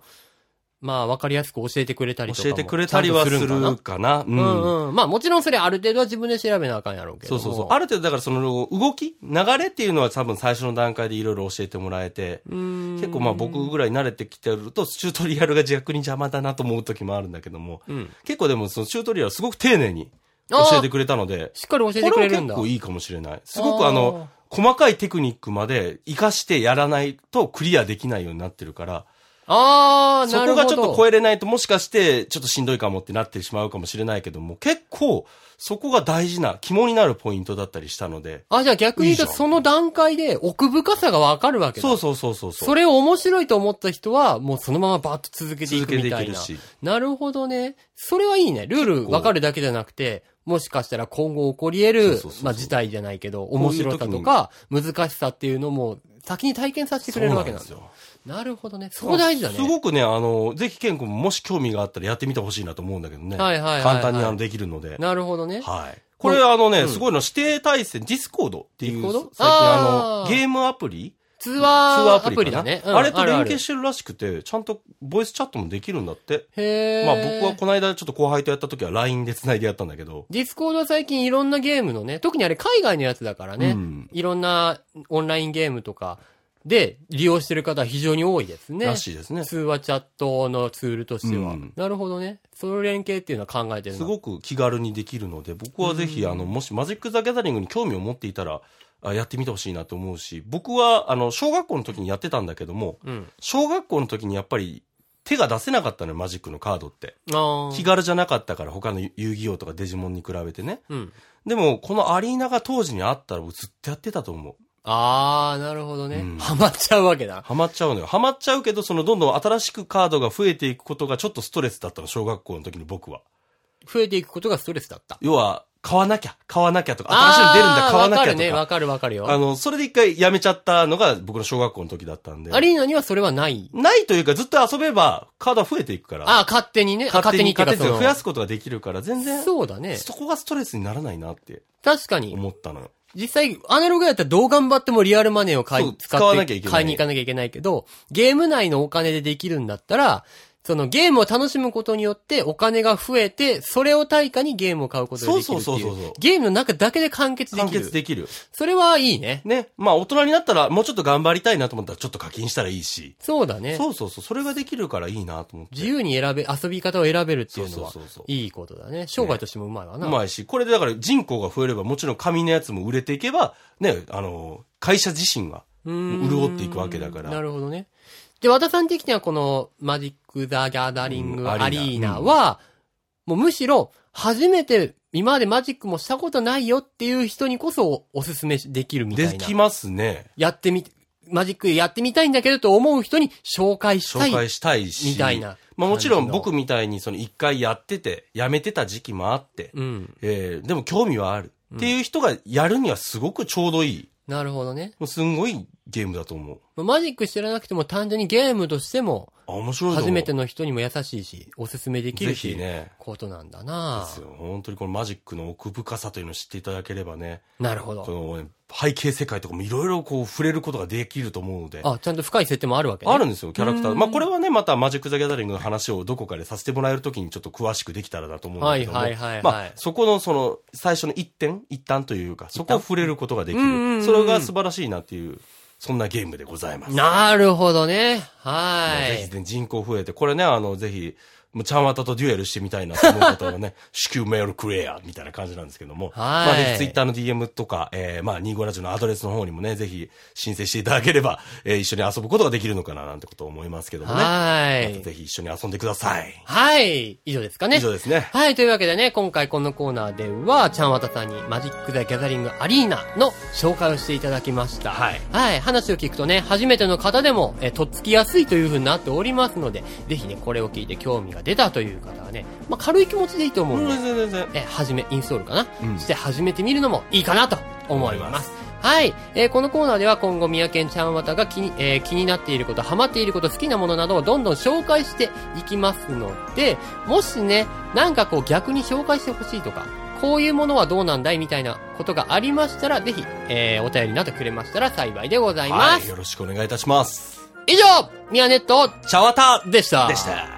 [SPEAKER 2] まあわかりやすく教えてくれたりとか
[SPEAKER 1] 教
[SPEAKER 2] も
[SPEAKER 1] えてくれたりはす
[SPEAKER 2] ちゃんとんかな
[SPEAKER 1] るかな。う
[SPEAKER 2] うんんうん。まあもちろんそれある程度は自分で調べなあかんやろうけ
[SPEAKER 1] そ
[SPEAKER 2] ど
[SPEAKER 1] う
[SPEAKER 2] も。
[SPEAKER 1] そうそう。ある程度だからその動き、流れっていうのは多分最初の段階でいろいろ教えてもらえて、結構まあ僕ぐらい慣れてきてると、チュートリアルが逆に邪魔だなと思う時もあるんだけども、
[SPEAKER 2] ん
[SPEAKER 1] 結構でもそのチュートリアルはすごく丁寧に教えてくれたので、
[SPEAKER 2] しっかり教えて
[SPEAKER 1] こ
[SPEAKER 2] く
[SPEAKER 1] れ
[SPEAKER 2] れ
[SPEAKER 1] は
[SPEAKER 2] るん
[SPEAKER 1] 結
[SPEAKER 2] だ。
[SPEAKER 1] 構いいかもしれない。すごく
[SPEAKER 2] あー
[SPEAKER 1] あの、細かいテクニックまで活かしてやらないとクリアできないようになってるから、
[SPEAKER 2] ああ、
[SPEAKER 1] そ
[SPEAKER 2] なる
[SPEAKER 1] こ
[SPEAKER 2] ほど。
[SPEAKER 1] がちょっと超えれないともしかしてちょっとしんどいかもってなってしまうかもしれないけども、結構そこが大事な、肝になるポイントだったりしたので、
[SPEAKER 2] あ、じゃあ逆に言う
[SPEAKER 1] いいじゃ
[SPEAKER 2] と
[SPEAKER 1] ん
[SPEAKER 2] その段階で奥深さがわかるわけだ。
[SPEAKER 1] そうそうそうそうそう。
[SPEAKER 2] それを面白いと思った人は、もうそのままバーッと続けてい
[SPEAKER 1] 続け
[SPEAKER 2] く
[SPEAKER 1] て
[SPEAKER 2] み
[SPEAKER 1] い
[SPEAKER 2] た
[SPEAKER 1] け
[SPEAKER 2] い
[SPEAKER 1] る
[SPEAKER 2] な。
[SPEAKER 1] し。
[SPEAKER 2] なるほどね。それはいいね。ルールわかるだけじゃなくて、もしかしたら今後起こり得
[SPEAKER 1] そう
[SPEAKER 2] る
[SPEAKER 1] そうそうそ、う
[SPEAKER 2] まあ事態じゃないけど、
[SPEAKER 1] ういう
[SPEAKER 2] 面白さとか、難しさっていうのも、先に体験させてくれるわけなんですよ。なるほどね。そこ大事だね。
[SPEAKER 1] すごくね、あの、ぜひ健君ももし興味があったらやってみてほしいなと思うんだけどね。
[SPEAKER 2] はいはいはいはい
[SPEAKER 1] 簡単にあのできるので。
[SPEAKER 2] なるほどね。
[SPEAKER 1] はい。これあのね、すごいの、指定対戦、ディスコードってい
[SPEAKER 2] ディ
[SPEAKER 1] う、
[SPEAKER 2] スコー
[SPEAKER 1] 最近
[SPEAKER 2] ドあー
[SPEAKER 1] あの、ゲームアプリ
[SPEAKER 2] 通
[SPEAKER 1] 通
[SPEAKER 2] 話
[SPEAKER 1] 話
[SPEAKER 2] ア
[SPEAKER 1] ア
[SPEAKER 2] プ
[SPEAKER 1] プリ
[SPEAKER 2] リだ
[SPEAKER 1] か
[SPEAKER 2] ね。
[SPEAKER 1] な。あれと連携
[SPEAKER 2] し
[SPEAKER 1] してるらしくて、ちゃんとボイスチャットもできるんだって。
[SPEAKER 2] て。へー
[SPEAKER 1] まあ僕はこの間ちょっと後輩とやった時は LINE で繋いでやったんだけど。
[SPEAKER 2] ディスコードは最近いろんなゲームのね、特にあれ海外のやつだからね、
[SPEAKER 1] うん
[SPEAKER 2] いろんなオンラインゲームとか、で、利用してる方は非常に多いですね。
[SPEAKER 1] らしいですね。
[SPEAKER 2] 通話チャットのツールとしては。
[SPEAKER 1] うん
[SPEAKER 2] なるほどね。その連携っていうのは考えてる
[SPEAKER 1] す
[SPEAKER 2] の
[SPEAKER 1] ごく気軽にできるので、僕はぜひ、あの、もしマジック・ザ・ギャザリングに興味を持っていたら、あやってみてほしいなと思うし、僕は、あの、小学校の時にやってたんだけども、
[SPEAKER 2] うん。
[SPEAKER 1] 小学校の時にやっぱり手が出せなかったのよ、マジックのカードって。
[SPEAKER 2] あー
[SPEAKER 1] 気軽じゃなかったから、他の遊戯王とかデジモンに比べてね。
[SPEAKER 2] うん。
[SPEAKER 1] でも、このアリーナが当時にあったら、僕ずっとやってたと思う。
[SPEAKER 2] あー、なるほどね。
[SPEAKER 1] うん
[SPEAKER 2] ハマっちゃうわけだ。
[SPEAKER 1] ハマっちゃうのよ。ハマっちゃうけど、そのどんどん新しくカードが増えていくことがちょっとストレスだったの、小学校の時に僕は。
[SPEAKER 2] 増えていくことがストレスだった。
[SPEAKER 1] 要は、買わなきゃ、買わなきゃとか、新しいの出るんだ、買わなきゃとか。
[SPEAKER 2] あーわかるね、わかるわか
[SPEAKER 1] あ
[SPEAKER 2] るよ。
[SPEAKER 1] の、それで一回やめちゃったのが僕の小学校の時だったんで。
[SPEAKER 2] アリーナにはそれはない。
[SPEAKER 1] ないというかずっと遊べばカードは増えていくから。
[SPEAKER 2] あー、勝手にね。あ勝手にっていう
[SPEAKER 1] 勝
[SPEAKER 2] か
[SPEAKER 1] 手に
[SPEAKER 2] その
[SPEAKER 1] 増やすことができるから、全然、
[SPEAKER 2] そうだね。
[SPEAKER 1] そこがストレスにならないなって
[SPEAKER 2] 確かに、
[SPEAKER 1] 思ったのよ。
[SPEAKER 2] 実際、アナログやったらどう頑張ってもリアルマネーを買
[SPEAKER 1] そ
[SPEAKER 2] い、
[SPEAKER 1] う
[SPEAKER 2] 使
[SPEAKER 1] 使わ
[SPEAKER 2] っ
[SPEAKER 1] なきゃ
[SPEAKER 2] て
[SPEAKER 1] いけない
[SPEAKER 2] 買いに行かなきゃいけないけど、ゲーム内のお金でできるんだったら、そのゲームを楽しむことによってお金が増えて、それを対価にゲームを買うことができるっていう。
[SPEAKER 1] そうそうそうそうそう
[SPEAKER 2] ゲームの中だけで完結で
[SPEAKER 1] 完
[SPEAKER 2] きる。
[SPEAKER 1] 結できる。
[SPEAKER 2] それはいいね。
[SPEAKER 1] ね。まあ大人になったらもうちょっと頑張りたいなと思ったらちょっと課金したらいいし。
[SPEAKER 2] そうだね。
[SPEAKER 1] そうそうそう。それができるからいいなと思って。
[SPEAKER 2] 自由に選べ、遊び方を選べるっていうのは
[SPEAKER 1] そうそうそうそう、
[SPEAKER 2] いいことだね。商売としてもうまいわ
[SPEAKER 1] う
[SPEAKER 2] な。
[SPEAKER 1] まいし、これでだから人口が増えればもちろん紙のやつも売れていけば、ね、あの、会社自身が
[SPEAKER 2] うーん
[SPEAKER 1] 潤っていくわけだから
[SPEAKER 2] なるほどね。で、和田さん的にはこのマジック・ザ・ギャダリン
[SPEAKER 1] うん
[SPEAKER 2] グ・
[SPEAKER 1] アリーナ
[SPEAKER 2] アリーナは、もうむしろ初めて今までマジックもしたことないよっていう人にこそおおすすめできるみた
[SPEAKER 1] で
[SPEAKER 2] いな
[SPEAKER 1] き。ますね。
[SPEAKER 2] やってみ、マジックやってみたいんだけどと思う人に紹介した
[SPEAKER 1] 紹介
[SPEAKER 2] い。
[SPEAKER 1] したいし、
[SPEAKER 2] みたいな
[SPEAKER 1] まあもちろん
[SPEAKER 2] 感じの
[SPEAKER 1] 僕みたいにその一回やってて、やめてた時期もあって、
[SPEAKER 2] うん。
[SPEAKER 1] えーでも興味はある。っていう人がやるにはすごくちょうどいい。
[SPEAKER 2] なるほどね。
[SPEAKER 1] もうすんごいゲームだと思う。
[SPEAKER 2] まあマジック知らなくても単純にゲームとしても、
[SPEAKER 1] あ、面白いと思う。
[SPEAKER 2] 初めての人にも優しいし、おすすめできる
[SPEAKER 1] ぜ
[SPEAKER 2] って
[SPEAKER 1] ひ
[SPEAKER 2] いう
[SPEAKER 1] ね。
[SPEAKER 2] ことなんだ
[SPEAKER 1] で
[SPEAKER 2] な
[SPEAKER 1] すよ。本当にこのマジックの奥深さというのを知っていただければね、
[SPEAKER 2] なるほど
[SPEAKER 1] こ。の背景世界とかもいろいろこう触れることができると思うので。
[SPEAKER 2] あ、ちゃんと深い設定もあるわけね。
[SPEAKER 1] あるんですよ、キャラクター。まあ、これはね、またマジック・ザ・ギャザリングの話をどこかでさせてもらえるときにちょっと詳しくできたらなと思うんだけども。
[SPEAKER 2] はいはいはいはい
[SPEAKER 1] まあ、そこのその、最初の一点、一端というか、そこを触れることができ
[SPEAKER 2] うんうんうん
[SPEAKER 1] る。それが素晴らしいなっていう、そんなゲームでございます。
[SPEAKER 2] なるほどね。
[SPEAKER 1] まあ
[SPEAKER 2] は
[SPEAKER 1] ぜ
[SPEAKER 2] い
[SPEAKER 1] ひ。ね人口増えて、これね、あの、ぜひ、もうちゃんわたとデュエルしてみたいなと思う方は ね、至急メールクレアみたいな感じなんですけども。
[SPEAKER 2] はい
[SPEAKER 1] まあぜひツイッターの DM とか、えー、まあ、25ラジオのアドレスの方にもね、ぜひ申請していただければ、えー一緒に遊ぶことができるのかななんてことを思いますけどもね。
[SPEAKER 2] は
[SPEAKER 1] また
[SPEAKER 2] い。
[SPEAKER 1] ぜひ一緒に遊んでください。
[SPEAKER 2] はい。以上ですかね
[SPEAKER 1] 以。上ですね。
[SPEAKER 2] はい。というわけでね、今回このコーナーでは、ちゃんわたさんにマジック・ザ・ギャザリング・アリーナの紹介をしていただきました。
[SPEAKER 1] はい
[SPEAKER 2] はい。話を聞くとね、初めての方でも、えーとっつきやすいという風になっておりますので、ぜひね、これを聞いて興味が出たという方はね、まあ、軽い気持ちでいいと思う
[SPEAKER 1] 全
[SPEAKER 2] んで、
[SPEAKER 1] 然全然。
[SPEAKER 2] えー、始め、インストールかな、
[SPEAKER 1] うん
[SPEAKER 2] して始めてみるのもいいかなと思います。はい、えーこのコーナーでは今後、宮県ちゃんわたが気に,、えー気になっていること、ハマっていること、好きなものなどをどんどん紹介していきますので、もしね、なんかこう逆に紹介してほしいとか、こういうものはどうなんだいみたいなことがありましたら、ぜひ、えーお便りなどくれましたら幸いでございま
[SPEAKER 1] はい。
[SPEAKER 2] す。
[SPEAKER 1] よろしくお願いいたします。
[SPEAKER 2] 以上、宮ネット
[SPEAKER 1] 茶わた
[SPEAKER 2] でした。
[SPEAKER 1] でした。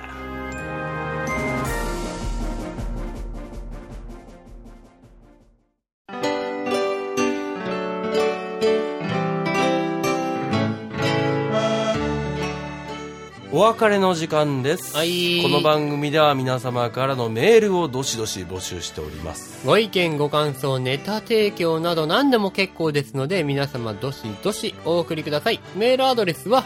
[SPEAKER 1] お別れの時間です、
[SPEAKER 2] はい
[SPEAKER 1] この番組では皆様からのメールをどしどし募集しております
[SPEAKER 2] ご意見、ご感想、ネタ提供など何でも結構ですので、皆様どしどしお送りください。メールアドレスは、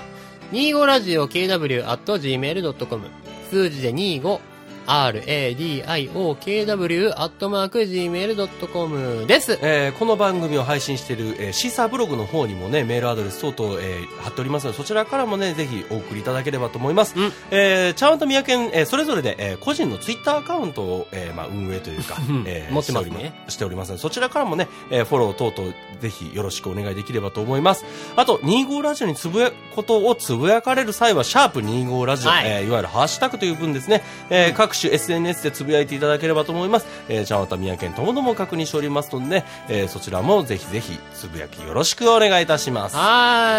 [SPEAKER 2] 25radio.kw.gmail.com 数字で 25radio.kw.gmail.com です。
[SPEAKER 1] えーこの番組を配信している、えーシーサーブログの方にもね、メールアドレス等々、えー貼っておりますので、そちらからもね、ぜひお送りいただければと思います。
[SPEAKER 2] うん
[SPEAKER 1] えー、ちゃんと宮県、えーそれぞれで、えー個人のツイッターアカウントを、えーまあ、運営と いうか、
[SPEAKER 2] うん
[SPEAKER 1] えー
[SPEAKER 2] 持ってますね
[SPEAKER 1] しておりしておりますので、そちらからもね、えーフォロー等々、ぜひよろしくお願いできればと思います。あと、25ラジオにつぶやくことをつぶやかれる際は、シャープ25ラジオ、
[SPEAKER 2] はい
[SPEAKER 1] いえーいわゆるハッシュタグという分ですね、えー各各種 SNS でつぶやいていただければと思います。えー、ちゃんわた宮県ともども確認しておりますので、ね、えーそちらもぜひぜひつぶやきよろしくお願いいたします。
[SPEAKER 2] は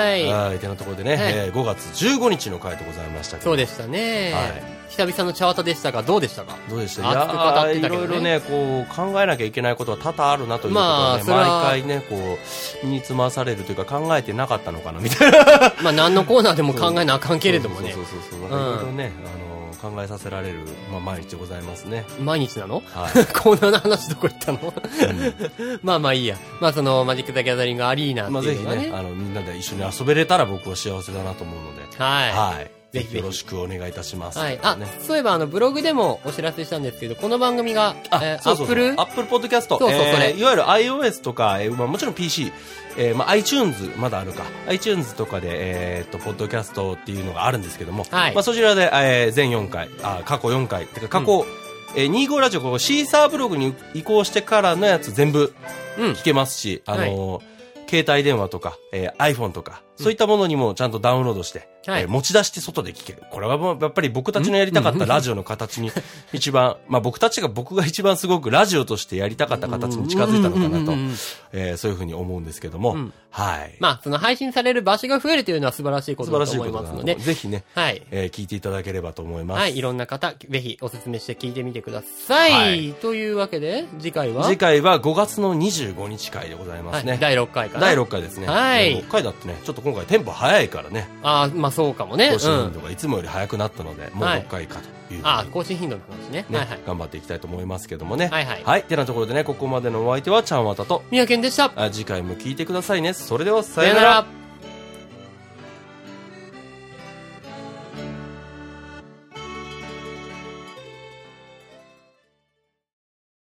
[SPEAKER 2] ーい。
[SPEAKER 1] はい。てなところでね、
[SPEAKER 2] はい
[SPEAKER 1] えー5月15日の回でございましたけど。
[SPEAKER 2] そうでしたね。
[SPEAKER 1] は
[SPEAKER 2] 久々の茶綿でしたが、どうでしたか
[SPEAKER 1] どうでした
[SPEAKER 2] 熱く語ってたけ
[SPEAKER 1] いやーいろ
[SPEAKER 2] ど
[SPEAKER 1] いろ
[SPEAKER 2] ね。
[SPEAKER 1] ね、こう、考えなきゃいけないことは多々あるなということ
[SPEAKER 2] ま
[SPEAKER 1] を
[SPEAKER 2] あ
[SPEAKER 1] ね、
[SPEAKER 2] それは
[SPEAKER 1] 毎回ね、こう、身につまされるというか考えてなかったのかな、みたいな。
[SPEAKER 2] まあ、何のコーナーでも考えなあかんけれどもね
[SPEAKER 1] そ。うそうそうそうなんかいろいろね、あの考えさせられる、まあ、毎日でございますね。
[SPEAKER 2] 毎日なの
[SPEAKER 1] はい。
[SPEAKER 2] コーナーの話どこ行ったの まあまあいいや。まあその、マジック・ザ・ギャザリング・アリーナ
[SPEAKER 1] まあ
[SPEAKER 2] って
[SPEAKER 1] ぜ
[SPEAKER 2] い
[SPEAKER 1] ひ
[SPEAKER 2] うのが
[SPEAKER 1] ね
[SPEAKER 2] ね。、
[SPEAKER 1] あのみんなで一緒に遊べれたら僕は幸せだなと思うので、
[SPEAKER 2] は
[SPEAKER 1] はい。
[SPEAKER 2] ぜ
[SPEAKER 1] ぜ
[SPEAKER 2] ひぜひ
[SPEAKER 1] ひよろしくお願いいたします。
[SPEAKER 2] い。はい。あ
[SPEAKER 1] ね、
[SPEAKER 2] そういえばあの、ブログでもお知らせしたんですけど、この番組が、えー
[SPEAKER 1] そうそうそう
[SPEAKER 2] Apple?
[SPEAKER 1] アップルポッドキャスト。
[SPEAKER 2] そうそうそれ
[SPEAKER 1] えーいわゆる iOS とか、えーまあ、もちろん PC、えーまあ、iTunes、まだあるか。iTunes とかで、えーっと、ポッドキャストっていうのがあるんですけども、
[SPEAKER 2] はい
[SPEAKER 1] まあ、そちらで、えー全4回、あ過去4回、てか過去、えー25ラジオ、こうシーサーブログに移行してからのやつ全部
[SPEAKER 2] うん
[SPEAKER 1] 聞けますし、あのー携帯電話とか、えー iPhone とか、そういったものにもちゃんとダウンロードして、
[SPEAKER 2] はい
[SPEAKER 1] えー持ち出して外で聞ける。これはもうやっぱり僕たちのやりたかったラジオの形に一番、 まあ僕たちが僕が一番すごくラジオとしてやりたかった形に近づいたのかなと
[SPEAKER 2] うんうんうんうん、
[SPEAKER 1] えーそういうふうに思うんですけども、
[SPEAKER 2] うん
[SPEAKER 1] はい。
[SPEAKER 2] まあ、その配信される場所が増えるというのは素晴らしいこ
[SPEAKER 1] 素
[SPEAKER 2] と
[SPEAKER 1] 晴ら
[SPEAKER 2] だと
[SPEAKER 1] しい
[SPEAKER 2] 思
[SPEAKER 1] こ
[SPEAKER 2] い
[SPEAKER 1] と
[SPEAKER 2] ま
[SPEAKER 1] な
[SPEAKER 2] す
[SPEAKER 1] の
[SPEAKER 2] の
[SPEAKER 1] で、
[SPEAKER 2] で。
[SPEAKER 1] ぜひね、
[SPEAKER 2] はい。
[SPEAKER 1] えー聞いていただければと思います。
[SPEAKER 2] はい、いろんな方、ぜひおすすめして聞いてみてください。
[SPEAKER 1] はい
[SPEAKER 2] というわけで、次回は
[SPEAKER 1] 次回は5月の25日回でございますね。
[SPEAKER 2] はい、第6回かな。
[SPEAKER 1] 第6回ですね。
[SPEAKER 2] はい
[SPEAKER 1] えー6回だってね、ちょっと今回テンポ早いからね、
[SPEAKER 2] ああ、まあそうかもね。
[SPEAKER 1] 更
[SPEAKER 2] う
[SPEAKER 1] 新頻
[SPEAKER 2] ん。
[SPEAKER 1] 度がいつもより早くなったので、もう
[SPEAKER 2] はい
[SPEAKER 1] 6回かということで
[SPEAKER 2] ああ、更新頻度の話ね。
[SPEAKER 1] ね、
[SPEAKER 2] はいはい。
[SPEAKER 1] 頑張っていきたいと思いますけどもね。
[SPEAKER 2] はいはい
[SPEAKER 1] はい。てなところでね、ここまでのお相手はちゃんわたと、
[SPEAKER 2] 宮健でした。
[SPEAKER 1] あ次回も聞いてくださいね。それでは、さ
[SPEAKER 2] さ
[SPEAKER 1] よ
[SPEAKER 2] よ
[SPEAKER 1] な
[SPEAKER 2] な
[SPEAKER 1] ら
[SPEAKER 2] ら。